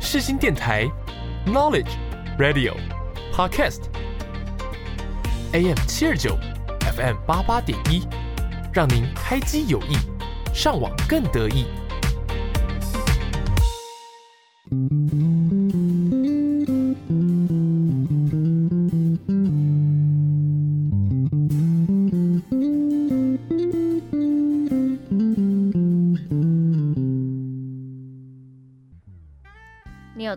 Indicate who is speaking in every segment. Speaker 1: 世新电台 Knowledge Radio Podcast AM 七二九 FM 八八点一，让您开机有意，上网更得意。
Speaker 2: 你有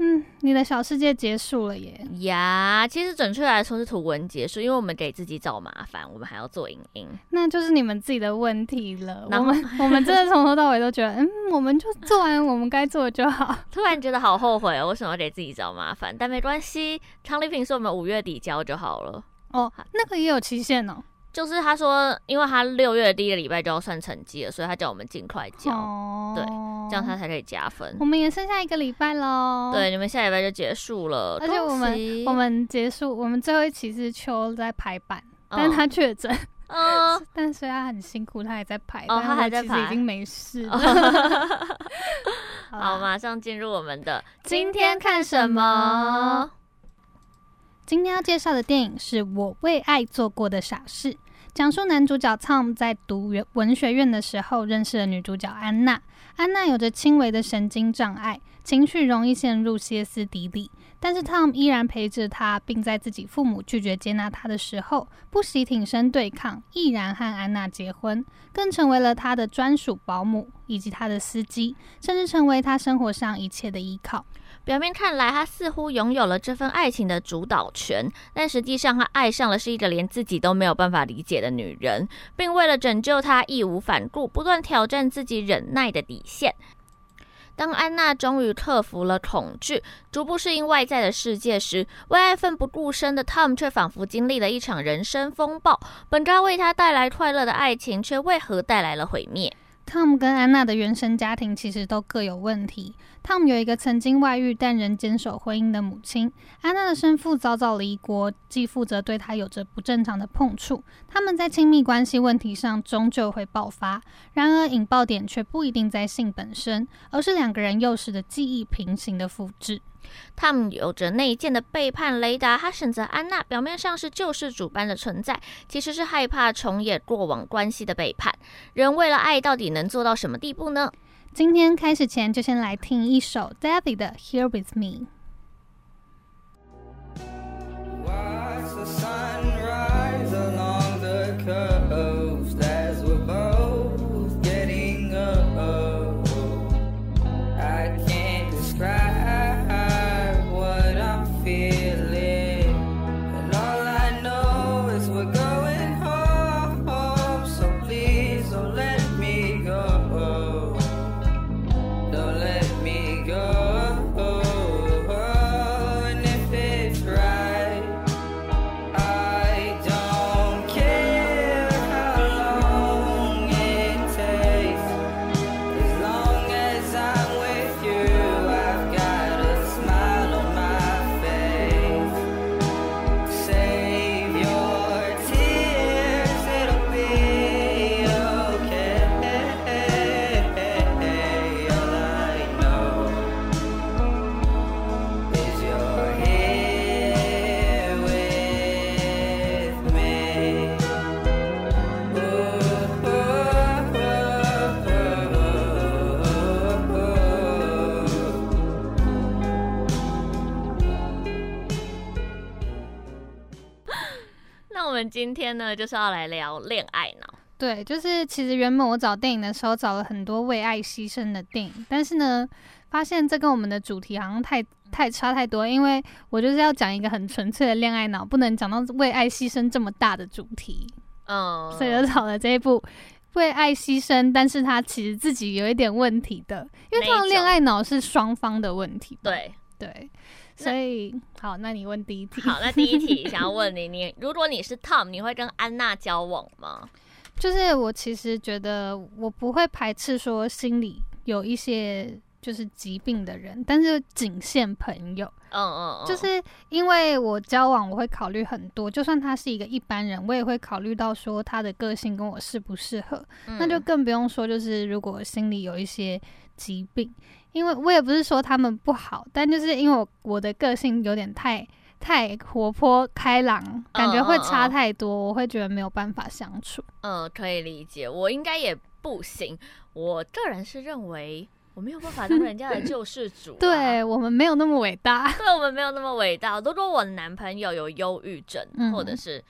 Speaker 3: 嗯，你的小世界结束了耶。
Speaker 2: 呀。其实准确来说是图文结束，因为我们给自己找麻烦，我们还要做影音。
Speaker 3: 那就是你们自己的问题了。
Speaker 2: 然
Speaker 3: 我
Speaker 2: 后
Speaker 3: 们我们真的从头到尾都觉得，嗯，我们就做完我们该做的就好。
Speaker 2: 突然觉得好后悔哦， 为什么要给自己找麻烦？但没关系，康丽萍说我们五月底交就好了。
Speaker 3: 哦，那个也有期限哦。
Speaker 2: 就是他说，因为他六月第一个礼拜就要算成绩了，所以他叫我们尽快交，
Speaker 3: 哦，
Speaker 2: 对这样他才可以加分
Speaker 3: 我。们也剩下一个礼拜喽。
Speaker 2: 对，。你们下礼拜就结束了，
Speaker 3: 哦而且我
Speaker 2: 恭喜
Speaker 3: 们我们结束，我们最后一期是秋在排版，但是
Speaker 2: 嗯
Speaker 3: 他确诊，
Speaker 2: 嗯，
Speaker 3: 但虽然他很辛苦，他还在排，
Speaker 2: 哦
Speaker 3: 但
Speaker 2: 他
Speaker 3: 我
Speaker 2: 还在
Speaker 3: 其实
Speaker 2: 排
Speaker 3: 已经没事 了。
Speaker 2: 好，
Speaker 3: 啦？
Speaker 2: 马上进入我们的
Speaker 3: 今天看什么？今天要介绍的电影是我为爱做过的傻事，讲述男主角 Tom 在读原文学院的时候认识了女主角安娜。安娜有着轻微的神经障碍，情绪容易陷入歇斯底里，但是 Tom 依然陪着她，并在自己父母拒绝接纳她的时候，不惜挺身对抗，毅然和安娜结婚，更成为了她的专属保姆以及她的司机，甚至成为她生活上一切的依靠。
Speaker 2: 表面看来，他似乎拥有了这份爱情的主导权，但实际上，他爱上的是一个连自己都没有办法理解的女人，并为了拯救她义无反顾，不断挑战自己忍耐的底线。当安娜终于克服了恐惧，逐步适应外在的世界时，为爱奋不顾身的 Tom 却仿佛经历了一场人生风暴。本该为他带来快乐的爱情，却为何带来了毁灭？
Speaker 3: Tom 跟安娜的原生家庭其实都各有问题。Tom 有一个曾经外遇但仍坚守婚姻的母亲，安娜的生父早早离国，继父则对她有着不正常的碰触。他们在亲密关系问题上终究会爆发，然而引爆点却不一定在性本身，而是两个人幼时的记忆平行的复制。
Speaker 2: 他们有着内建的背叛雷达，他选择安娜，表面上是救世主般的存在，其实是害怕重演过往关系的背叛。人为了爱，到底能做到什么地步呢？
Speaker 3: 今天开始前，就先来听一首 David 的《Here With Me》。
Speaker 4: Watch the sunrise along the coast as we're both getting old. I can't describe what I'm feeling, and all I know is we're going home. So please don't let me go. Don't let me go. And if it's right, I don't care how long it takes. As long as I'm with you, I've got a smile on my face. Save your tears, it'll be okay. All I know is you're here with me. Thank
Speaker 2: 那我们今天呢，就是要来聊恋爱脑。
Speaker 3: 对，就是其实原本我找电影的时候找了很多为爱牺牲的电影，但是呢，发现这跟我们的主题好像太太差太多，因为我就是要讲一个很纯粹的恋爱脑，不能讲到为爱牺牲这么大的主题，
Speaker 2: 嗯，
Speaker 3: 所以就找了这一部为爱牺牲，但是他其实自己有一点问题的，因为
Speaker 2: 哪一
Speaker 3: 通常恋
Speaker 2: 种
Speaker 3: 爱脑是双方的问题，
Speaker 2: 对，
Speaker 3: 对，所以好，那你问第一题，
Speaker 2: 好，那第一题想要问你，你如果你是 Tom，你会跟安娜交往 吗？
Speaker 3: 就是我其实觉得我不会排斥说心里有一些就是疾病的人，但是仅限朋友。
Speaker 2: 嗯嗯嗯，
Speaker 3: 就是因为我交往，我会考虑很多，就算他是一个一般人，我也会考虑到说他的个性跟我适不适合。
Speaker 2: 嗯
Speaker 3: 那就更不用说，就是如果心里有一些疾病，因为我也不是说他们不好，但就是因为我我的个性有点太太活泼开朗，感觉会差太多，我会觉得没有办法相处。
Speaker 2: 嗯，可以理解，我应该也不行。我个人是认为我没有办法当人家的救世主、啊，
Speaker 3: 对我们没有那么伟大，
Speaker 2: 对我们没有那么伟大。如果我男朋友有忧郁症，
Speaker 3: 嗯
Speaker 2: 或者是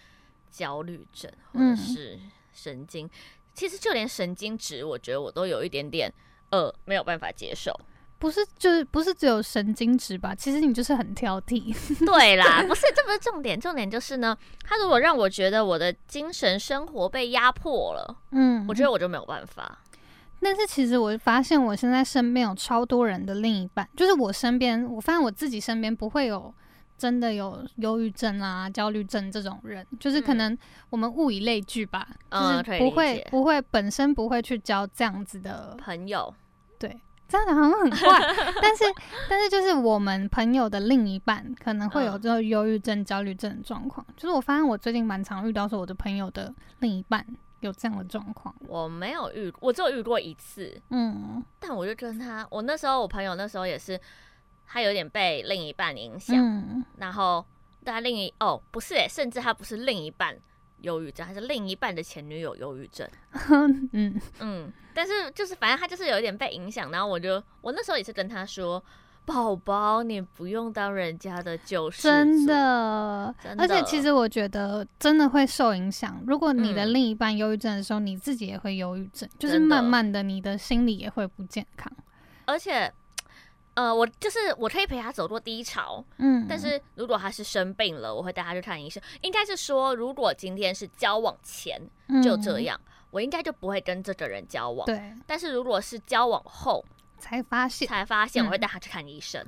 Speaker 2: 焦虑症，或
Speaker 3: 嗯
Speaker 2: 者是神经，其实就连神经质，我觉得我都有一点点呃没有办法接 受。
Speaker 3: 不是就是不是只有神经质吧？其实你就是很挑剔，
Speaker 2: 对啦，不是，这不是重点，重点就是呢，他如果让我觉得我的精神生活被压迫了，
Speaker 3: 嗯，
Speaker 2: 我觉得我就没有办法。
Speaker 3: 但是其实我发现，我现在身边有超多人的另一半，就是我身边，我发现我自己身边不会有真的有忧郁症啊、焦虑症这种人，就是可
Speaker 2: 嗯
Speaker 3: 能我们物以类聚吧，
Speaker 2: 嗯
Speaker 3: 就
Speaker 2: 可以
Speaker 3: 是不
Speaker 2: 理
Speaker 3: 会
Speaker 2: 解
Speaker 3: 不会本身不会去交这样子的，
Speaker 2: 朋友，
Speaker 3: 对，这样讲好像 很坏，但是但是就是我们朋友的另一半可能会有
Speaker 2: 嗯
Speaker 3: 这种忧郁症、焦虑症的状况，就是我发现我最近蛮常遇到说我的朋友的另一半有这样的状况，
Speaker 2: 我没有遇，我只有遇过一次，
Speaker 3: 嗯
Speaker 2: 但我就跟他，我那时候我朋友那时候也是，他有点被另一半影响，
Speaker 3: 嗯
Speaker 2: 然后他另一哦不是诶，甚至他不是另一半忧郁症，他是另一半的前女友忧郁症。
Speaker 3: 嗯。
Speaker 2: 嗯，但是就是反正他就是有一点被影响，然后我就我那时候也是跟他说，宝宝你不用当人家的救世主，
Speaker 3: 真，的，
Speaker 2: 真
Speaker 3: 而且
Speaker 2: 的
Speaker 3: 其实我觉得真的会受影响。如果你的
Speaker 2: 嗯
Speaker 3: 另一半忧郁症的时候，你自己也会忧郁症，就是
Speaker 2: 真的
Speaker 3: 慢慢的，你的心理也会不健康。
Speaker 2: 而且。呃，我就是我可以陪他走过低潮，
Speaker 3: 嗯，
Speaker 2: 但是如果他是生病了，我会带他去看医生。应该是说，如果今天是交往前就这
Speaker 3: 嗯、
Speaker 2: 样，我应该就不会跟这个人交往。
Speaker 3: 对，
Speaker 2: 但是如果是交往后
Speaker 3: 才发现。
Speaker 2: 才发现，我会
Speaker 3: 嗯
Speaker 2: 带他去看医生。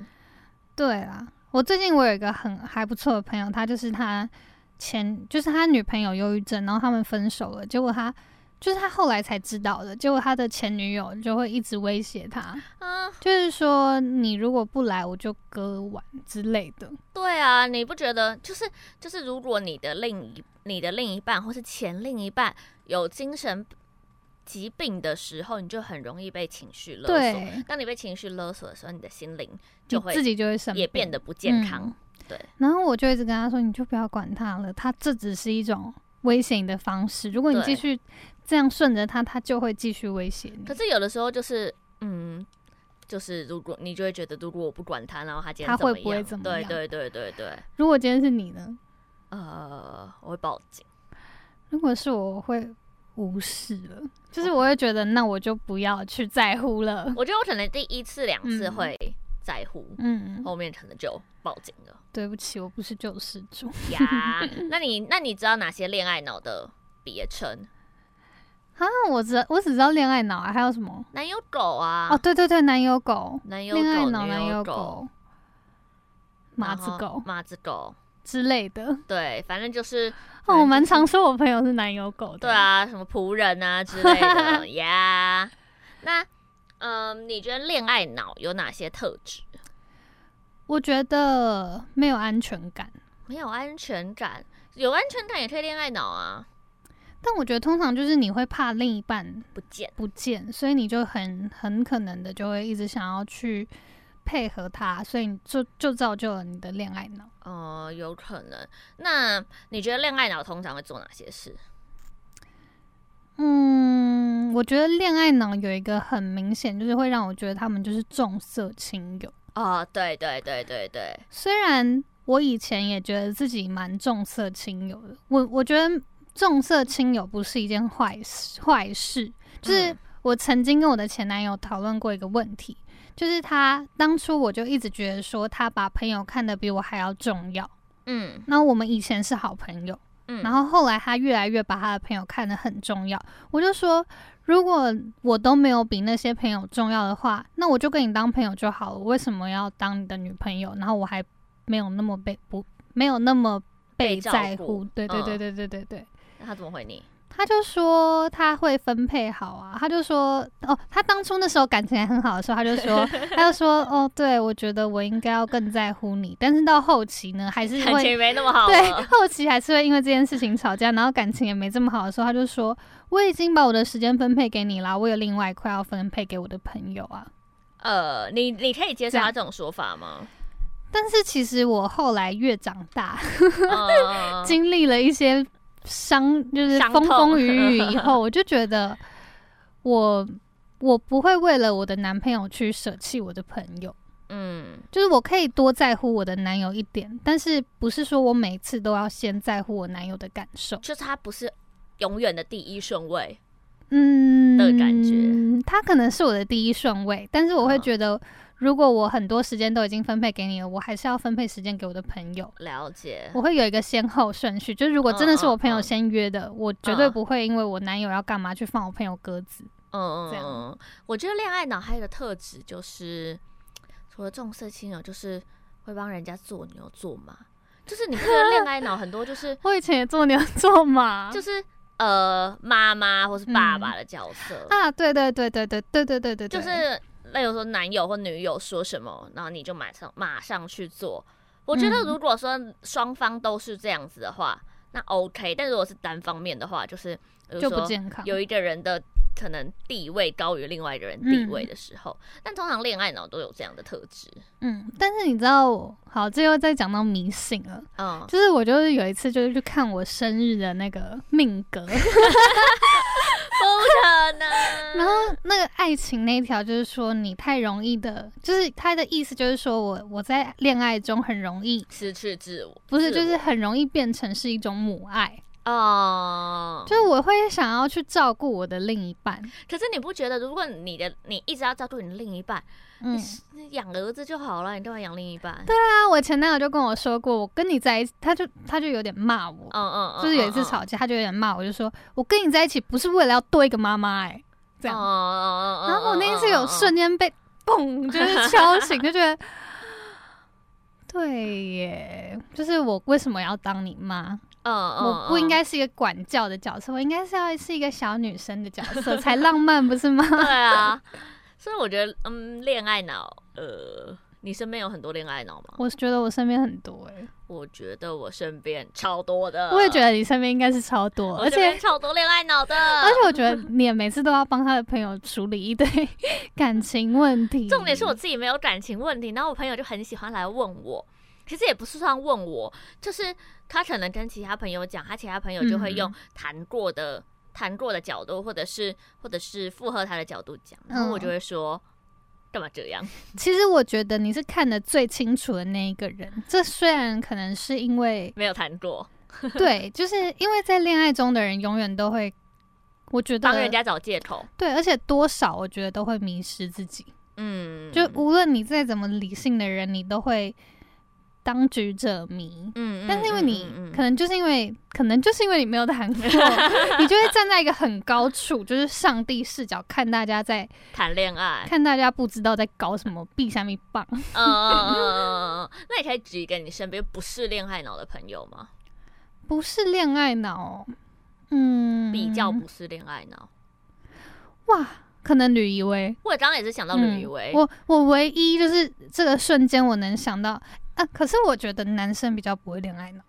Speaker 3: 对啦，我最近我有一个很还不错的朋友，他就是他前就是他女朋友忧郁症，然后他们分手了，结果他。就是他后来才知道的，结果他的前女友就会一直威胁他，
Speaker 2: 嗯，
Speaker 3: 就是说你如果不来，我就割腕之类的。
Speaker 2: 对啊，你不觉得就是就是，如果你的另一你的另一半或是前另一半有精神疾病的时候，你就很容易被情绪勒索。
Speaker 3: 对，
Speaker 2: 当你被情绪勒索的时候，你的心灵
Speaker 3: 你
Speaker 2: 就会
Speaker 3: 自己就会生病，
Speaker 2: 也变得不健康
Speaker 3: 嗯。
Speaker 2: 对。
Speaker 3: 然后我就一直跟他说，你就不要管他了，他这只是一种威胁你的方式。如果你
Speaker 2: 对
Speaker 3: 继续这样顺着他，他就会继续威胁你
Speaker 2: 可，是有的时候就是，嗯，就是如果你就会觉得，如果我不管他，然后他今天
Speaker 3: 他
Speaker 2: 怎
Speaker 3: 会
Speaker 2: 么样？
Speaker 3: 不会怎么
Speaker 2: 对
Speaker 3: 样
Speaker 2: 对对对对，
Speaker 3: 如果今天是你呢？
Speaker 2: 呃，我会报警。
Speaker 3: 如果是我，我会无视了，就是我会觉得，那我就不要去在乎了。
Speaker 2: 我觉得我可能第一次两次
Speaker 3: 嗯
Speaker 2: 会在乎，
Speaker 3: 嗯，
Speaker 2: 后面可能就报警了。
Speaker 3: 对不起，我不是救世主。
Speaker 2: 呀，那你那你知道哪些恋爱脑的别称？
Speaker 3: 那我只我只知道恋爱脑啊，还有什么？
Speaker 2: 男友狗啊，
Speaker 3: 哦，对对对，男友狗，
Speaker 2: 男友
Speaker 3: 恋爱
Speaker 2: 狗、
Speaker 3: 脑，
Speaker 2: 女
Speaker 3: 男
Speaker 2: 友
Speaker 3: 友
Speaker 2: 狗、
Speaker 3: 狗，马子
Speaker 2: 然后
Speaker 3: 狗
Speaker 2: 马子狗，
Speaker 3: 之类的。
Speaker 2: 对，反正就是
Speaker 3: 哦，我蛮。
Speaker 2: 反正就
Speaker 3: 常
Speaker 2: 是
Speaker 3: 说我朋友是男友狗的。
Speaker 2: 对，啊，什么仆人啊之类 的呀。那嗯，你觉得恋爱脑有哪些特质？
Speaker 3: 我觉得没有安全感，
Speaker 2: 没有安全感，有安全感也可以恋爱脑啊，
Speaker 3: 但我觉得通常就是你会怕另一半
Speaker 2: 不见。
Speaker 3: 不见，所以你就很很可能的就会一直想要去配合他，所以你就就造就了你的恋爱脑。
Speaker 2: 哦，有可能。那你觉得恋爱脑通常会做哪些事？
Speaker 3: 嗯，我觉得恋爱脑有一个很明显，就是会让我觉得他们就是重色轻友。
Speaker 2: 哦，对对对对对，
Speaker 3: 虽然我以前也觉得自己蛮重色轻友的，我我觉得重色轻友不是一件坏事，坏事就是
Speaker 2: 嗯
Speaker 3: 我曾经跟我的前男友讨论过一个问题，就是他当初我就一直觉得说他把朋友看得比我还要重要。
Speaker 2: 嗯
Speaker 3: 那我们以前是好朋友，
Speaker 2: 嗯，
Speaker 3: 然后后来他越来越把他的朋友看得很重要。我就说，如果我都没有比那些朋友重要的话，那我就跟你当朋友就好了。我为什么要当你的女朋友？然后我还没有那么被不没有那么被
Speaker 2: 被照
Speaker 3: 在
Speaker 2: 顾
Speaker 3: 乎。对对
Speaker 2: 嗯
Speaker 3: 对对对对对。
Speaker 2: 那他怎么回你？
Speaker 3: 他就说他会分配好啊，他就说哦，他当初那时候感情还很好的时候，他 就说，他就说哦，对我觉得我应该要更在乎你，但是到后期呢，还是
Speaker 2: 感
Speaker 3: 会
Speaker 2: 情没那么好啊
Speaker 3: 对
Speaker 2: 了，
Speaker 3: 后期还是会因为这件事情吵架，然后感情也没这么好的时候，他就说我已经把我的时间分配给你啦，我有另外一块要分配给我的朋友啊。
Speaker 2: 呃，你你可以接受
Speaker 3: 这样
Speaker 2: 他这种说法吗？
Speaker 3: 但是其实我后来越长大，
Speaker 2: 嗯
Speaker 3: 经历了一些伤，就是
Speaker 2: 伤
Speaker 3: 风
Speaker 2: 痛
Speaker 3: 风雨雨 以后，我就觉得我我不会为了我的男朋友去舍弃我的朋友，
Speaker 2: 嗯
Speaker 3: 就是我可以多在乎我的男友一点，但是不是说我每次都要先在乎我男友的感受，
Speaker 2: 就是他不是永远的第一顺位，
Speaker 3: 嗯
Speaker 2: 的感觉。
Speaker 3: 他可能是我的第一顺位，但是我会
Speaker 2: 嗯
Speaker 3: 觉得，如果我很多时间都已经分配给你了，我还是要分配时间给我的朋友。
Speaker 2: 了解。
Speaker 3: 我会有一个先后顺序，就是如果真的是我朋友
Speaker 2: 嗯嗯嗯嗯
Speaker 3: 先约的，我绝对
Speaker 2: 嗯
Speaker 3: 不会因为我男友要干嘛去放我朋友鸽子。
Speaker 2: 嗯嗯
Speaker 3: 这样
Speaker 2: 嗯，我觉得恋爱脑还有一个特质就是，除了重色轻友，就是会帮人家做牛做马。就是你看到恋爱脑很多， 就是
Speaker 3: 我以前也做牛做马，
Speaker 2: 就是是呃妈妈或是爸爸的角色，
Speaker 3: 啊，对对对对对对对对对，
Speaker 2: 就
Speaker 3: 对
Speaker 2: 是例如说男友或女友说什么，然后你就马上马上去做。我觉得
Speaker 3: 嗯
Speaker 2: 如果说双方都是这样子的话，那 OK。但如果是单方面的话，就是比如
Speaker 3: 就不
Speaker 2: 说
Speaker 3: 健康。
Speaker 2: 有一个人的可能地位高于另外一个人地位
Speaker 3: 嗯
Speaker 2: 的时候，但通常恋爱脑都有这样的特质。
Speaker 3: 嗯，但是你知道我，好，这又在讲到迷信了。
Speaker 2: 嗯，
Speaker 3: 就是我就是有一次就是去看我生日的那个命格，
Speaker 2: 不可能。
Speaker 3: 然后 那个爱情那一条就是说你太容易的，就是他的意思就是说我我在恋爱中很容易，
Speaker 2: 失去自我，
Speaker 3: 不是
Speaker 2: 自
Speaker 3: 就是
Speaker 2: 我
Speaker 3: 很容易变成是一种母爱。
Speaker 2: 哦，
Speaker 3: 就是我会想要去照顾我的另一半，
Speaker 2: 可是你不觉得，如果你的你一直要照顾你的另一半，
Speaker 3: 嗯，
Speaker 2: 你养儿子就好了，你干嘛养另一半？
Speaker 3: 对啊，我前男友就跟我说过，我跟你在一起，他就他就有点骂我，
Speaker 2: 嗯嗯，嗯
Speaker 3: 就是有一次吵，架，他就有点骂我，就说我跟你在一起不是为了要多一个妈妈，哎，这
Speaker 2: 嗯嗯
Speaker 3: 样，
Speaker 2: 嗯嗯嗯嗯嗯
Speaker 3: 然后我那一次有瞬
Speaker 2: 嗯
Speaker 3: 间被 嘣，就是敲醒，就觉得，对耶，就是我为什么要当你妈？
Speaker 2: 嗯，嗯
Speaker 3: 我不应。该是一个管教的角色，我应该是要是一个小女生的角色，才浪漫不是吗？
Speaker 2: 嗯对啊，所以我觉得，嗯，恋爱脑，呃，你身边有很多恋爱脑吗？
Speaker 3: 我觉得我身边很多哎、
Speaker 2: 我觉得我身边超多的，
Speaker 3: 我也觉得你身边应该是超多，
Speaker 2: 嗯我
Speaker 3: 而
Speaker 2: 身边嗯
Speaker 3: 且
Speaker 2: 超多恋爱脑的，
Speaker 3: 而且我觉得你也每次都要帮他的朋友处理一堆 感情问题。
Speaker 2: 重点是我自己没有感情问题，然后我朋友就很喜欢来问我。其实也不是算问我，就是他可能跟其他朋友讲，他其他朋友就会
Speaker 3: 嗯
Speaker 2: 用谈过的、谈过的角度，或者是或者是附和他的角度讲，然后我
Speaker 3: 嗯
Speaker 2: 就会说，干嘛这样？
Speaker 3: 其实我觉得你是看得最清楚的那一个人。这虽然可能是因为
Speaker 2: 没有谈过，
Speaker 3: 对，就是因为在恋爱中的人永远都会，我觉
Speaker 2: 帮
Speaker 3: 得
Speaker 2: 人家找借口。
Speaker 3: 对，而且多少我觉得都会迷失自己。
Speaker 2: 嗯，
Speaker 3: 就无论你再怎么理性的人，你都会当局者迷。
Speaker 2: 嗯，嗯
Speaker 3: 但是因为你
Speaker 2: 嗯嗯
Speaker 3: 可能就是因为可能就是因为你没有谈 过，你就会站在一个很高处，就是上帝视角看大家在
Speaker 2: 谈恋爱，
Speaker 3: 看大家不知道在搞什么，避下面棒。
Speaker 2: 嗯嗯嗯嗯嗯嗯，那你可以举一个你身边不是恋爱脑的朋友吗？
Speaker 3: 不是恋爱脑，嗯，
Speaker 2: 比较不是恋爱脑。
Speaker 3: 哇，可能欸吕一薇，
Speaker 2: 我刚刚也是想到吕维
Speaker 3: 嗯，我我唯一就是这个瞬间我能想到啊，可是我觉得男生比较不会恋爱脑，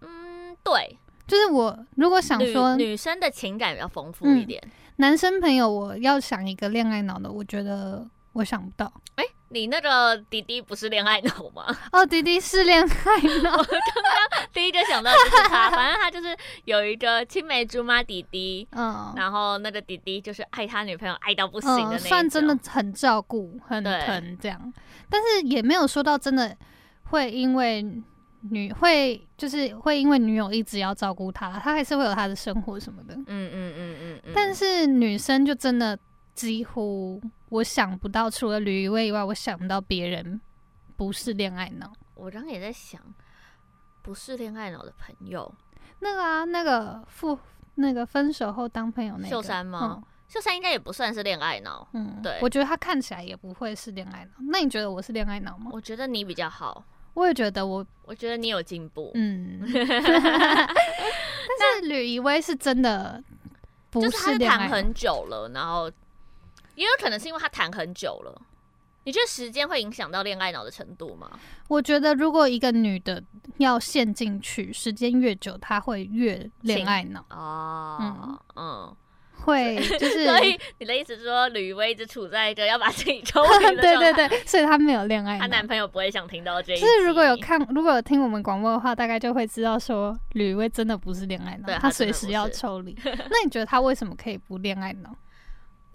Speaker 2: 嗯，对，
Speaker 3: 就是我如果想
Speaker 2: 女
Speaker 3: 说嗯
Speaker 2: 女生的情感比较丰富一点。
Speaker 3: 男生朋友，我要想一个恋爱脑的，我觉得我想不到。
Speaker 2: 哎、你那个弟弟不是恋爱脑吗？
Speaker 3: 哦，迪迪是恋爱脑。
Speaker 2: 第一个想到的就是他，反正他就是有一个青梅竹马弟弟，
Speaker 3: 嗯，
Speaker 2: 然后那个弟弟就是爱他女朋友爱到不行的那一
Speaker 3: 嗯，
Speaker 2: 种
Speaker 3: 算真的很照顾、很
Speaker 2: 对
Speaker 3: 疼这样，但是也没有说到真的会因为女会就是会因为女友一直要照顾他，他还是会有他的生活什么的。
Speaker 2: 嗯嗯嗯嗯嗯。
Speaker 3: 但是女生就真的几乎我想不到，除了吕一薇以外，我想不到别人不是恋爱脑。
Speaker 2: 我刚刚也在想，不是恋爱脑的朋友，
Speaker 3: 那个啊，那个复那个分手后当朋友那个
Speaker 2: 秀山吗？秀珊应该也不算是恋爱脑，
Speaker 3: 嗯，嗯
Speaker 2: 对
Speaker 3: 我觉得他看起来也不会是恋爱脑。那你觉得我是恋爱脑吗？
Speaker 2: 我觉得你比较好。
Speaker 3: 我也觉得我
Speaker 2: 我觉得你有进步，
Speaker 3: 嗯，但是吕仪薇是真的不
Speaker 2: 就是他是
Speaker 3: 恋
Speaker 2: 谈
Speaker 3: 爱脑，
Speaker 2: 很久了，然后也有可能是因为他谈很久了。你觉得时间会影响到恋爱脑的程度吗？
Speaker 3: 我觉得如果一个女的要陷进去，时间越久，她会越恋爱脑，
Speaker 2: 哦，嗯，
Speaker 3: 会就 是
Speaker 2: 所以你的意思是说，吕薇一直处在一个要把自己抽离的
Speaker 3: 对
Speaker 2: 状态，
Speaker 3: 对对，所以她没有恋爱
Speaker 2: 她
Speaker 3: 脑。
Speaker 2: 男朋友不会想听到这一集。
Speaker 3: 就是如果有看，如果有听我们广播的话，大概就会知道说吕薇真的不是恋爱脑
Speaker 2: 对，
Speaker 3: 她
Speaker 2: 她真
Speaker 3: 随
Speaker 2: 的
Speaker 3: 时
Speaker 2: 不
Speaker 3: 要
Speaker 2: 是
Speaker 3: 抽离。那你觉得她为什么可以不恋爱脑？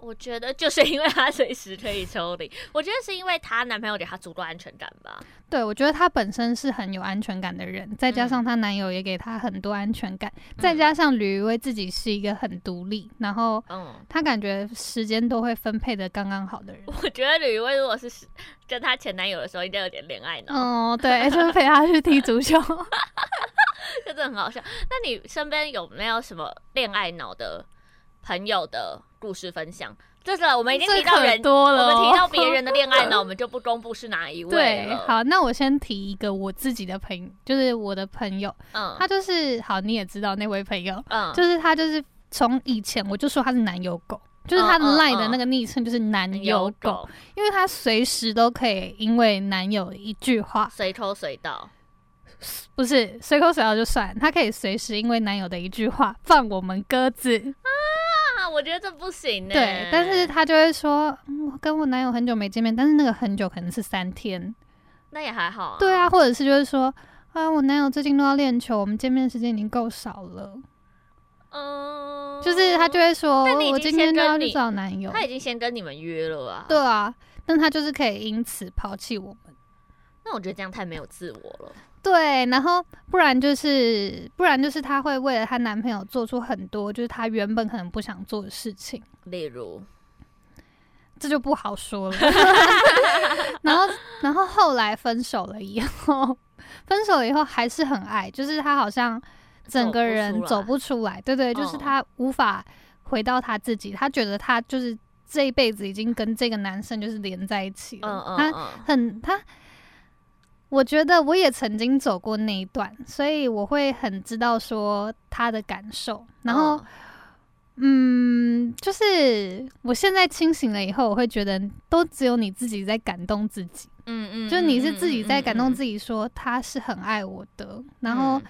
Speaker 2: 我觉得就是因为她随时可以抽离，我觉得是因为她男朋友给她足够安全感吧。
Speaker 3: 对，我觉得她本身是很有安全感的人，再加
Speaker 2: 嗯
Speaker 3: 上她男友也给她很多安全感，再加上吕薇自己是一个很独立，然后
Speaker 2: 嗯，
Speaker 3: 她感觉时间都会分配的刚刚好的人。
Speaker 2: 我觉得吕薇如果是跟她前男友的时候，应该有点恋爱脑，
Speaker 3: 哦，对，就是陪她去踢足球。
Speaker 2: 哦这真的很好笑。那你身边有没有什么恋爱脑的朋友的故事分享？这个我们已经提
Speaker 3: 这
Speaker 2: 到
Speaker 3: 可
Speaker 2: 人，
Speaker 3: 多了哦，
Speaker 2: 我们提到别人的恋 爱脑，我们就不公布是哪一位
Speaker 3: 对
Speaker 2: 了。，，
Speaker 3: 好，那我先提一个我自己的朋友，就是我的朋友，
Speaker 2: 嗯，
Speaker 3: 他就是好，你也知道那位朋友，
Speaker 2: 嗯，
Speaker 3: 就是他就是从以前我就说他是男友狗，就是他的
Speaker 2: 嗯嗯
Speaker 3: line 的那个昵称就是男友狗，，因为他随时都可以因为男友一句话，
Speaker 2: 随抽随到，
Speaker 3: 不是随口随到就算，他可以随时因为男友的一句话放我们鸽子，
Speaker 2: 啊，我觉得这不行呢。
Speaker 3: 对，但是他就会说，嗯我跟我男友很久没见面，但是那个很久可能是三天，
Speaker 2: 那也还好、啊。
Speaker 3: 对啊，，或者是就是说。啊，我男友最近都要练球，我们见面时间已经够少了。
Speaker 2: 嗯，
Speaker 3: 就是他就会说，
Speaker 2: 但你已
Speaker 3: 我
Speaker 2: 经
Speaker 3: 今天
Speaker 2: 先
Speaker 3: 就
Speaker 2: 跟
Speaker 3: 要去
Speaker 2: 你
Speaker 3: 找男友。
Speaker 2: 他已经先跟你们约了啊。
Speaker 3: 对，啊，但他就是可以因此抛弃我们。
Speaker 2: 那我觉得这样太没有自我了。
Speaker 3: 对，然后不然就是不然就是她会为了她男朋友做出很多就是她原本可能不想做的事情，
Speaker 2: 例如，
Speaker 3: 这就不好 说了。 然后然后后来分手了以后，分手了以后还是很爱，就是她好像整个人走
Speaker 2: 走不
Speaker 3: 不出来，对对，就是
Speaker 2: 嗯
Speaker 3: 她无法回到她自己，她觉得她就是这一辈子已经跟这个男生就是连在一起
Speaker 2: 嗯
Speaker 3: 了，她
Speaker 2: 嗯嗯，
Speaker 3: 很他，我觉得我也曾经走过那一段，所以我会很知道说他的感受。然后，嗯，就是我现在清醒了以后，我会觉得都只有你自己在感动自己，
Speaker 2: 嗯，嗯嗯，嗯
Speaker 3: 就是你是自己在感动自
Speaker 2: 己，
Speaker 3: 己，说他是很爱我的，然后
Speaker 2: 嗯。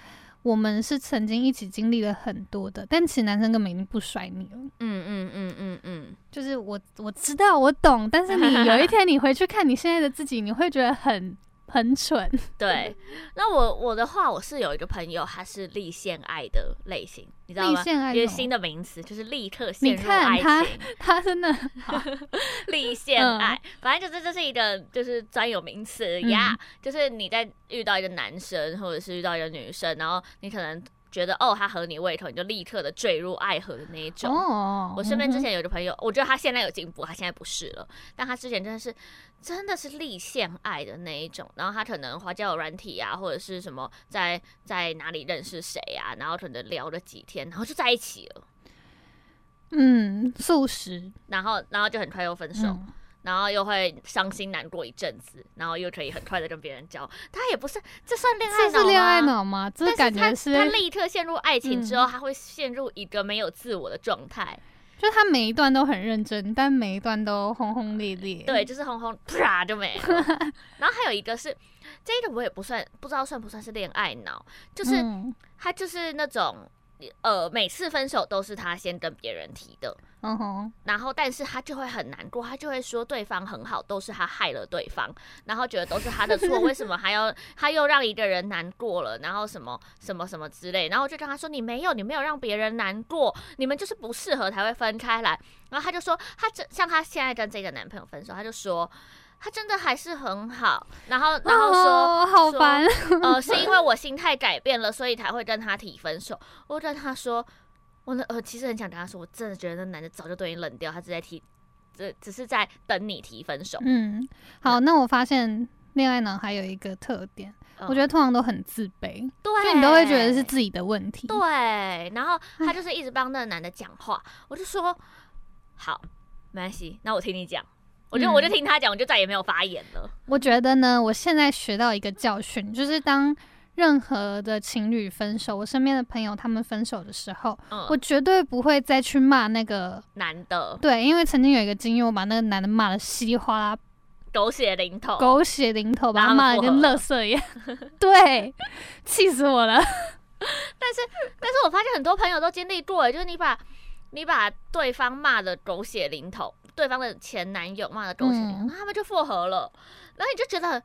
Speaker 3: 我们是曾经一起经历了很多的，但其实男生根本已经不甩你了。
Speaker 2: 嗯嗯嗯嗯嗯，
Speaker 3: 就是我我知道我懂，但是你有一天你回去看你现在的自己，你会觉得很很蠢。
Speaker 2: 对。那我我的话，我是有一个朋友，他是立现爱的类型，你知道
Speaker 3: 立
Speaker 2: 吗？
Speaker 3: 现爱
Speaker 2: 一个
Speaker 3: 什么
Speaker 2: 新的名词，就是立刻陷
Speaker 3: 你
Speaker 2: 入
Speaker 3: 看
Speaker 2: 爱
Speaker 3: 他
Speaker 2: 情，
Speaker 3: 他真的哦
Speaker 2: 立现
Speaker 3: 嗯
Speaker 2: 爱，反正就是这是一个就是专有名词
Speaker 3: 嗯
Speaker 2: 呀就是你在遇到一个男生或者是遇到一个女生，然后你可能觉得哦他合你胃口，你就立刻的坠入爱河的那一种。
Speaker 3: 哦
Speaker 2: 我身边之前有一个朋友，我觉得他现在有进步，他现在不是了，但他之前真的是真的是立现爱的那一种，然后他可能花交友软体啊，或者是什么在在哪里认识谁啊，然后可能聊了几天，然后就在一起了，
Speaker 3: 嗯素食
Speaker 2: 然后然后就很快又分手。
Speaker 3: 嗯
Speaker 2: 然后又会伤心难过一阵子，然后又可以很快的跟别人交往。他也不是，这算恋爱脑
Speaker 3: 这是恋爱
Speaker 2: 吗。
Speaker 3: 脑吗？这
Speaker 2: 但
Speaker 3: 感
Speaker 2: 是他
Speaker 3: 觉是，嗯
Speaker 2: 他立刻陷入爱情之后，他会陷入一个没有自我的状态，
Speaker 3: 就他每一段都很认真，但每一段都轰轰烈烈。
Speaker 2: 对，，就是轰轰啪就没了。然后还有一个是，这个我也不算，不知道算不算是恋爱脑，就是
Speaker 3: 嗯
Speaker 2: 他就是那种，呃，每次分手都是他先跟别人提的，
Speaker 3: 嗯哼，
Speaker 2: 然后，但是他就会很难过，他就会说对方很好，都是他害了对方，然后觉得都是他的错，为什么还要他又让一个人难过了，然后什么什么什么之类，然后我就跟他说你没有，你没有让别人难过，你们就是不适合才会分开来。然后他就说他这像他现在跟这个男朋友分手，他就说他真的还是很好，然后然后说、
Speaker 3: 哦好
Speaker 2: 说
Speaker 3: 烦，
Speaker 2: 呃是因为我心态改变了，所以才会跟他提分手。我跟他说，我呢呃其实很想跟他说，我真的觉得那男的早就对你冷掉，他只在提，只只是在等你提分手。
Speaker 3: 嗯，好，那我发现恋爱脑还有一个特点，
Speaker 2: 嗯
Speaker 3: 我觉得通常都很自卑，
Speaker 2: 对，
Speaker 3: 就你都会觉得是自己的问题。
Speaker 2: 对，然后他就是一直帮那个男的讲话，我就说好，没关系，那我听你讲。我就
Speaker 3: 嗯
Speaker 2: 我就听他讲，我就再也没有发言了。
Speaker 3: 我觉得呢，我现在学到一个教训，就是当任何的情侣分手，我身边的朋友他们分手的时候，
Speaker 2: 嗯，
Speaker 3: 我绝对不会再去骂那个。
Speaker 2: 男的
Speaker 3: 对，因为曾经有一个经验，我把那个男的骂的稀里哗啦，
Speaker 2: 狗血淋头，
Speaker 3: 狗血淋头，把
Speaker 2: 然后
Speaker 3: 他骂的
Speaker 2: 复合
Speaker 3: 跟
Speaker 2: 了
Speaker 3: 垃圾一样。 对，气死我了。
Speaker 2: 但是我发现很多朋友都经历过，欸就是你把你把对方骂的狗血淋头，对方的前男友骂的狗血淋头，
Speaker 3: 嗯
Speaker 2: 那他们就复合了，然后你就觉得，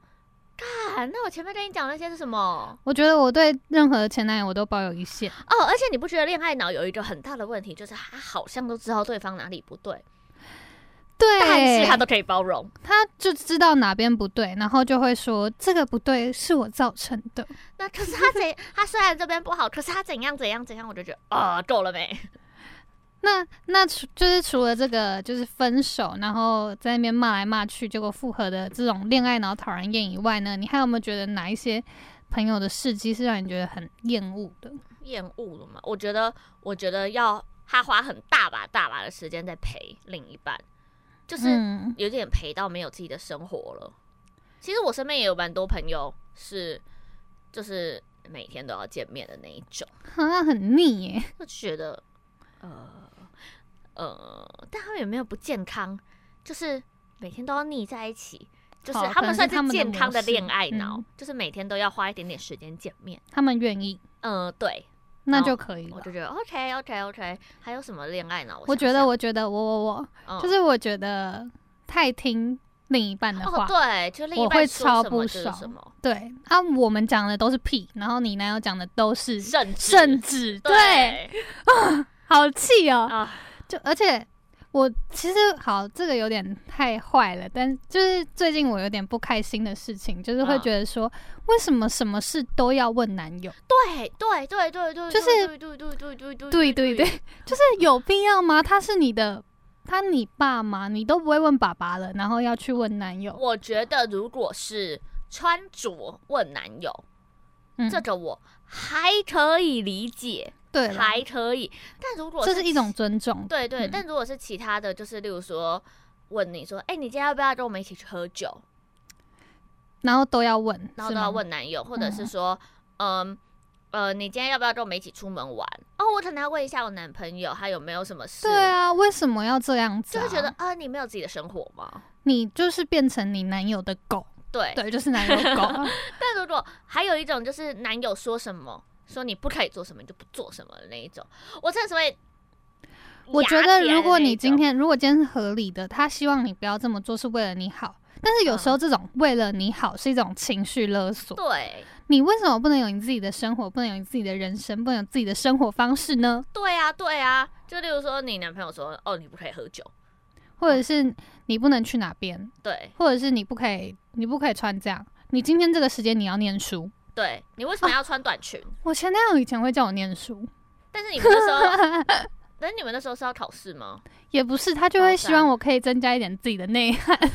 Speaker 2: 干，那我前面跟你讲那些是什么？
Speaker 3: 我觉得我对任何前男友我都抱有一线。
Speaker 2: 哦，而且你不觉得恋爱脑有一个很大的问题，就是他好像都知道对方哪里不对，
Speaker 3: 对，
Speaker 2: 但是他都可以包容。
Speaker 3: 他就知道哪边不对，然后就会说这个不对是我造成的。
Speaker 2: 那可是他怎，他虽然这边不好，可是他怎样怎样怎样，我就觉得啊、够了没？
Speaker 3: 那那除就是除了这个就是分手，然后在那边骂来骂去，结果复合的这种恋爱脑讨人厌以外呢，你还有没有觉得哪一些朋友的事迹是让你觉得很厌恶的？嗯
Speaker 2: 厌恶了嘛？我觉得，我觉得要他花很大把大把的时间在陪另一半，就是
Speaker 3: 嗯
Speaker 2: 有点陪到没有自己的生活了。其实我身边也有蛮多朋友是，就是每天都要见面的那一种，
Speaker 3: 好像很腻耶。
Speaker 2: 就觉得，呃呃，但他们也没有不健康，就是每天都要腻在一起。就是
Speaker 3: 好
Speaker 2: 他
Speaker 3: 可能
Speaker 2: 们
Speaker 3: 是
Speaker 2: 算
Speaker 3: 他们的
Speaker 2: 健康的
Speaker 3: 模式
Speaker 2: 恋爱脑，
Speaker 3: 嗯
Speaker 2: 就是每天都要花一点点时间见面。
Speaker 3: 他们愿意，
Speaker 2: 嗯、对，
Speaker 3: 那就可以
Speaker 2: 我
Speaker 3: 了。
Speaker 2: 就觉得 OK OK OK，还有什么恋爱脑？
Speaker 3: 我觉得，我觉得我我我，
Speaker 2: 我
Speaker 3: 就是我觉得太听另一半的话。
Speaker 2: 哦，对，就另一
Speaker 3: 我
Speaker 2: 半
Speaker 3: 会
Speaker 2: 说
Speaker 3: 超
Speaker 2: 什
Speaker 3: 不
Speaker 2: 么就是
Speaker 3: 爽
Speaker 2: 什么，
Speaker 3: 对啊，我们讲的都是屁，然后你男友讲的都是
Speaker 2: 甚至
Speaker 3: 甚至对，
Speaker 2: 对
Speaker 3: 好气哦、
Speaker 2: 啊，
Speaker 3: 就而且我其实好，这个有点太坏了，但就是最近我有点不开心的事情，就是会
Speaker 2: 嗯
Speaker 3: 觉得说，为什么什么事都要问男友？
Speaker 2: 对对对对对，
Speaker 3: 就是
Speaker 2: 对对对对对对
Speaker 3: 对对对，， 就是有必要吗？他是你的，他你爸妈，你都不会问爸爸了，然后要去问男友，
Speaker 2: 我觉得如果是穿着问男友，
Speaker 3: 嗯，
Speaker 2: 这个我还可以理解，
Speaker 3: 对啦
Speaker 2: 还可以，但如果
Speaker 3: 这是一种
Speaker 2: 其
Speaker 3: 尊重，
Speaker 2: 对对，
Speaker 3: 嗯
Speaker 2: 但如果是其他的，就是例如说问你说，哎，你今天要不要跟我们一起去喝酒？
Speaker 3: 然后都要问，
Speaker 2: 然后
Speaker 3: 是
Speaker 2: 都要
Speaker 3: 吗
Speaker 2: 问男友，或者是
Speaker 3: 嗯
Speaker 2: 说，嗯呃，你今天要不要跟我们一起出门玩？哦，我可能要问一下我男朋友他有没有什么事，
Speaker 3: 对啊，为什么要这样子、
Speaker 2: 就
Speaker 3: 啊？
Speaker 2: 会觉得啊、你没有自己的生活吗？
Speaker 3: 你就是变成你男友的狗，
Speaker 2: 对。
Speaker 3: 对，就是 男友狗。
Speaker 2: 但如果还有一种就是男友说什么，说你不可以做什么，你就不做什么的那一种，我真的是会。
Speaker 3: 我觉得，如果你今，天如果今天是合理的，他希望你不要这么做是为了你好。但是有时候这种为了你好是一种情绪勒索。
Speaker 2: 嗯对
Speaker 3: 你为什么不能有你自己的生活，不能有你自己的人生，不能有自己的生活方式呢？
Speaker 2: 对啊，对啊，就例如说你男朋友说，哦，你不可以喝酒，
Speaker 3: 或
Speaker 2: 嗯
Speaker 3: 者是你不能去哪边，
Speaker 2: 对
Speaker 3: 或者是你不可以，你不可以穿这样。你今天这个时间你要念书。
Speaker 2: 对，你为
Speaker 3: 啊
Speaker 2: 什么要穿短裙？
Speaker 3: 我前男友以前会叫我念书，
Speaker 2: 但是你们那时候， 但是你们那时候是要考试吗？
Speaker 3: 也不是他就会
Speaker 2: 好吧
Speaker 3: 希望我可以增加一点自己的内 涵。
Speaker 2: 自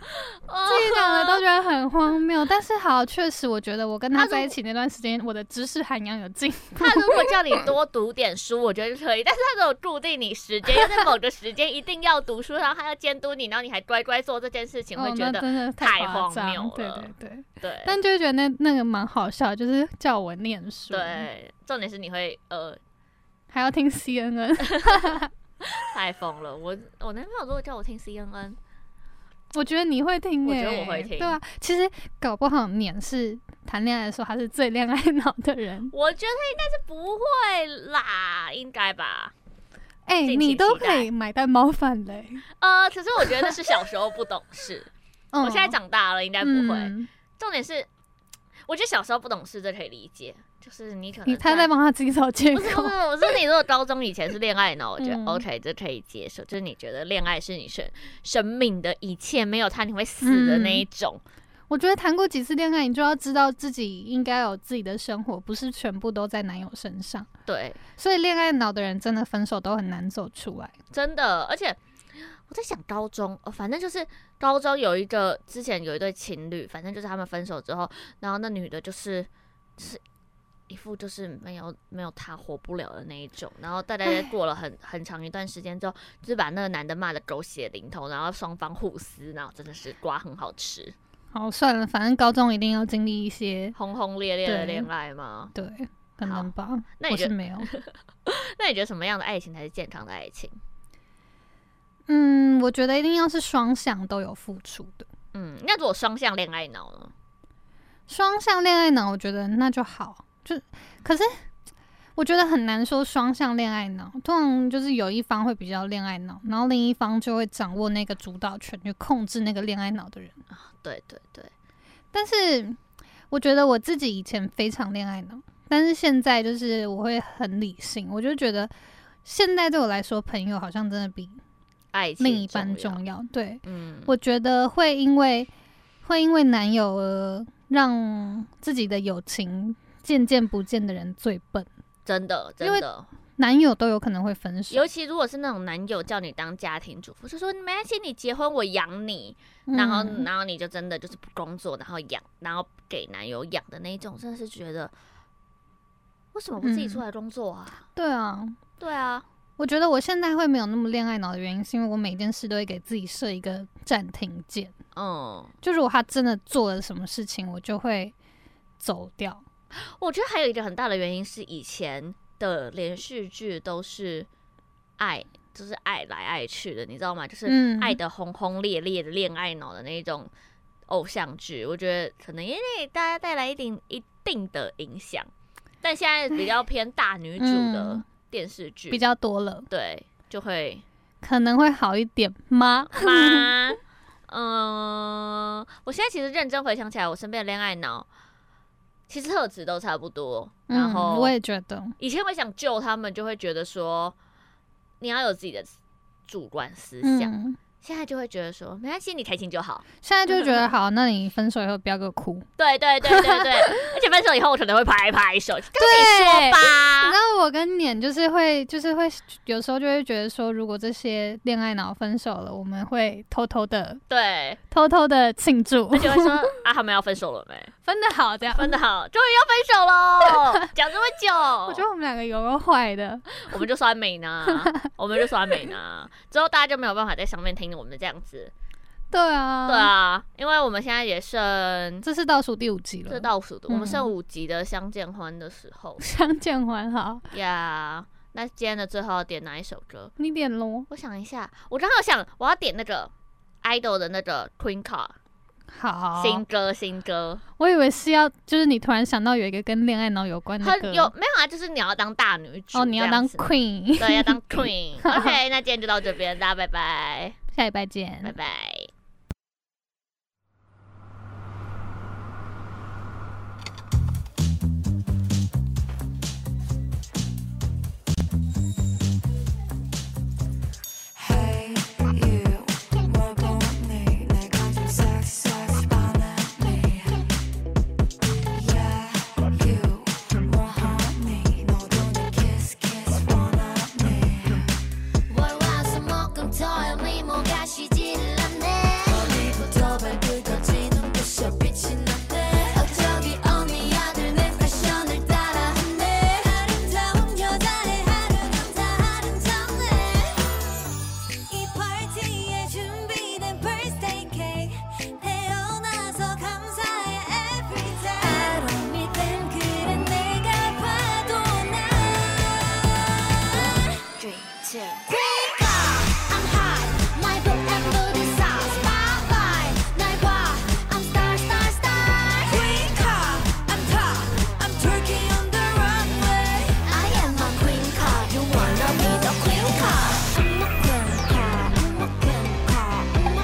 Speaker 3: 自己讲
Speaker 2: 哦
Speaker 3: 的都觉得很荒谬，但是好，确实我觉得我跟他在一起那段时间，我的知识涵养有 进步。
Speaker 2: 他如果叫你多读点书，我觉得就可以。但是他如果固定你时间，要在某个时间一定要读书，然后他要监督你，然后你还乖乖做这件事情，
Speaker 3: 哦
Speaker 2: 会，觉
Speaker 3: 那
Speaker 2: 得
Speaker 3: 真的
Speaker 2: 太
Speaker 3: 夸
Speaker 2: 荒
Speaker 3: 张
Speaker 2: 谬
Speaker 3: 对
Speaker 2: 了
Speaker 3: 对对，
Speaker 2: 对
Speaker 3: 但就会觉得那那个蛮好笑，就是叫我念书，，
Speaker 2: 对。重点是你会呃
Speaker 3: 还要听 CNN。
Speaker 2: 太疯了。我我男朋友如果叫我听 CNN，
Speaker 3: 我觉得你会听、
Speaker 2: 我
Speaker 3: 欸，
Speaker 2: 觉得我会听
Speaker 3: 对啊，其实搞不好年是谈恋爱的时候，他是最恋爱脑的人。
Speaker 2: 我觉得应该是不会啦，应该吧。
Speaker 3: 哎、
Speaker 2: 敬请
Speaker 3: 你都
Speaker 2: 期待
Speaker 3: 可以买蛋猫饭嘞、
Speaker 2: 呃，可是我觉得那是小时候不懂 事，
Speaker 3: 嗯
Speaker 2: 我现在长大了应该不会。
Speaker 3: 嗯
Speaker 2: 重点是，我觉得小时候不懂事这可以理解，就是你可能
Speaker 3: 你他在帮他自己找借
Speaker 2: 不是不
Speaker 3: 口
Speaker 2: 是，。我说你如果高中以前是恋爱脑，我觉得
Speaker 3: 嗯
Speaker 2: OK，这可以接受。就是你觉得恋爱是你生生命的一切，没有他你会死的那一种。
Speaker 3: 我觉得谈过几次恋爱，你就要知道自己应该有自己的生活，不是全部都在男友身上。
Speaker 2: 对，
Speaker 3: 所以恋爱脑的人真的分手都很难走出来。
Speaker 2: 真的。而且我在想高中，哦，反正就是高中有一个之前有一对情侣，反正就是他们分手之后，然后那女的就是就是一副就是没有没有他活不了的那一种。然后大家在过了很很长一段时间之后，就是把那个男的骂的狗血淋头，然后双方互撕，然后真的是瓜很好吃，
Speaker 3: 好，算了，反正高中一定要经历一些，
Speaker 2: 轰轰烈烈的
Speaker 3: 对
Speaker 2: 恋爱吗？
Speaker 3: 对，可能吧。
Speaker 2: 那
Speaker 3: 我
Speaker 2: 你觉
Speaker 3: 是
Speaker 2: 得，
Speaker 3: 没有。
Speaker 2: 那你觉得什么样的爱情才是健康的爱情？
Speaker 3: 嗯，我觉得一定要是双向都有付出的。
Speaker 2: 嗯，那如果双向恋爱脑呢？
Speaker 3: 双向恋爱脑，我觉得那就好。就可是我觉得很难说双向恋爱脑，通常就是有一方会比较恋爱脑，然后另一方就会掌握那个主导权，去控制那个恋爱脑的人。
Speaker 2: 对对对，
Speaker 3: 但是我觉得我自己以前非常恋爱脑，但是现在就是我会很理性，我就觉得现在对我来说，朋友好像真的比
Speaker 2: 爱情
Speaker 3: 另一半
Speaker 2: 重要。
Speaker 3: 重要。对，
Speaker 2: 嗯，
Speaker 3: 我觉得会因为会因为男友而让自己的友情渐渐不见的人最笨，
Speaker 2: 真的
Speaker 3: 因
Speaker 2: 真
Speaker 3: 为
Speaker 2: 的，
Speaker 3: 男友都有可能会分手
Speaker 2: 尤。其如果是那种男友叫你当家庭主妇，就说没关系，你结婚我养你，
Speaker 3: 嗯
Speaker 2: 然后然后你就真的就是不工作，然后养，然后给男友养的那一种，真的是觉得为什么不自己出
Speaker 3: 嗯
Speaker 2: 来工作啊？
Speaker 3: 对啊，
Speaker 2: 对啊，
Speaker 3: 我觉得我现在会没有那么恋爱脑的原因，是因为我每件事都会给自己设一个暂停键，
Speaker 2: 嗯，
Speaker 3: 就如果他真的做了什么事情，我就会走掉。
Speaker 2: 我觉得还有一个很大的原因是以前的连续剧都是爱，就是爱来爱去的，你知道吗？就是
Speaker 3: 嗯
Speaker 2: 爱的轰轰烈烈的恋爱脑的那种偶像剧，我觉得可能也给大家带来一定一定的影响，但现在比较偏大女主的
Speaker 3: 嗯
Speaker 2: 电视剧，
Speaker 3: 比较多了，
Speaker 2: 对就 会
Speaker 3: 可能会好一点吗？
Speaker 2: 妈，嗯，我现在其实认真回想起来，我身边的恋爱脑其实特质都差不多，然后、
Speaker 3: 嗯、我也觉得，
Speaker 2: 以前我想救他们，就会觉得说你要有自己的主观思想，
Speaker 3: 嗯，
Speaker 2: 现在就会觉得说没关系，你开心就好。
Speaker 3: 现在就觉得好，那你分手以后不要给我哭。
Speaker 2: 对对对对 对，而且分手以后我可能会拍拍手，跟你说
Speaker 3: 你知
Speaker 2: 吧。
Speaker 3: 道我跟撵就是会，就是会有时候就会觉得说，如果这些恋爱脑分手了，我们会偷偷的、
Speaker 2: 对，
Speaker 3: 偷偷的庆祝，
Speaker 2: 就会说啊，他们要分手了没？
Speaker 3: 分的好这样。
Speaker 2: 分的好，终于要 分手喽！讲这么久，
Speaker 3: 我
Speaker 2: 我
Speaker 3: 觉得我们两个有个坏的，
Speaker 2: 我们就酸美呢，我们就酸美呢，之后大家就没有办法在上面听我们这样子。
Speaker 3: 对啊，
Speaker 2: 对，啊，因为我们现在也剩
Speaker 3: 这是倒 数第五集了，
Speaker 2: 这倒数的，我们
Speaker 3: 嗯，
Speaker 2: 剩五集的相见欢的时候
Speaker 3: 相见欢好，
Speaker 2: 呀那今天的最后要点哪一首歌？
Speaker 3: 你点咯，
Speaker 2: 我想一下，我刚好想我要点那个 idol 的那个 Queen Card
Speaker 3: 好，
Speaker 2: 新歌，新歌
Speaker 3: 我以为是要，就是你突然想到有一个跟恋爱脑有关的歌，
Speaker 2: 很有没有啊？就是你要当大女主
Speaker 3: 哦，你要
Speaker 2: 这样
Speaker 3: 当
Speaker 2: 子
Speaker 3: queen，
Speaker 2: 对，要当 Queen。OK，那今天就到这边，大家拜拜，
Speaker 3: 下礼拜见，
Speaker 2: 拜拜。
Speaker 5: Hey you, 뭘 보니 내가 좀 섹시하지 않았니? Yeah you, 뭘 하니 너도 내 kiss kiss 원하니?
Speaker 6: 월화수 목금토일 미모가 쉬질 않네 머리부터 발끝까지 눈부셔 빛이 났네 억척이 언니 아들 내 패션을 따라하네 아름다운 여자의 하루는 다 아름답네 이 파티에 준비된 birthday cake 태어나서 감사해 everyday I don't need them 그래 내가 봐도 나
Speaker 5: Three two.
Speaker 6: Quick I'm hot, my foot and booty sauce. Bye bye, night walk, I'm star, star, star. Quick I'm top, I'm turkey on the runway. I am a queen car, you wanna be the queen car. I'm a queen car, I'm a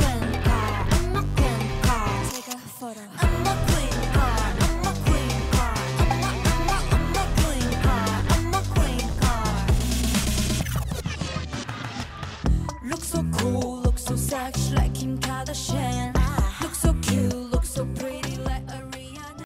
Speaker 6: queen car, I'm a I'm a I'm a queen car, I'm a queen car.
Speaker 5: Take a photo.
Speaker 6: I'm a queen car, I'm a queen car, I'm a I'm a I'm a queen car, I'm a queen car.
Speaker 5: Look so cool, look so sexy like Kim Kardashian.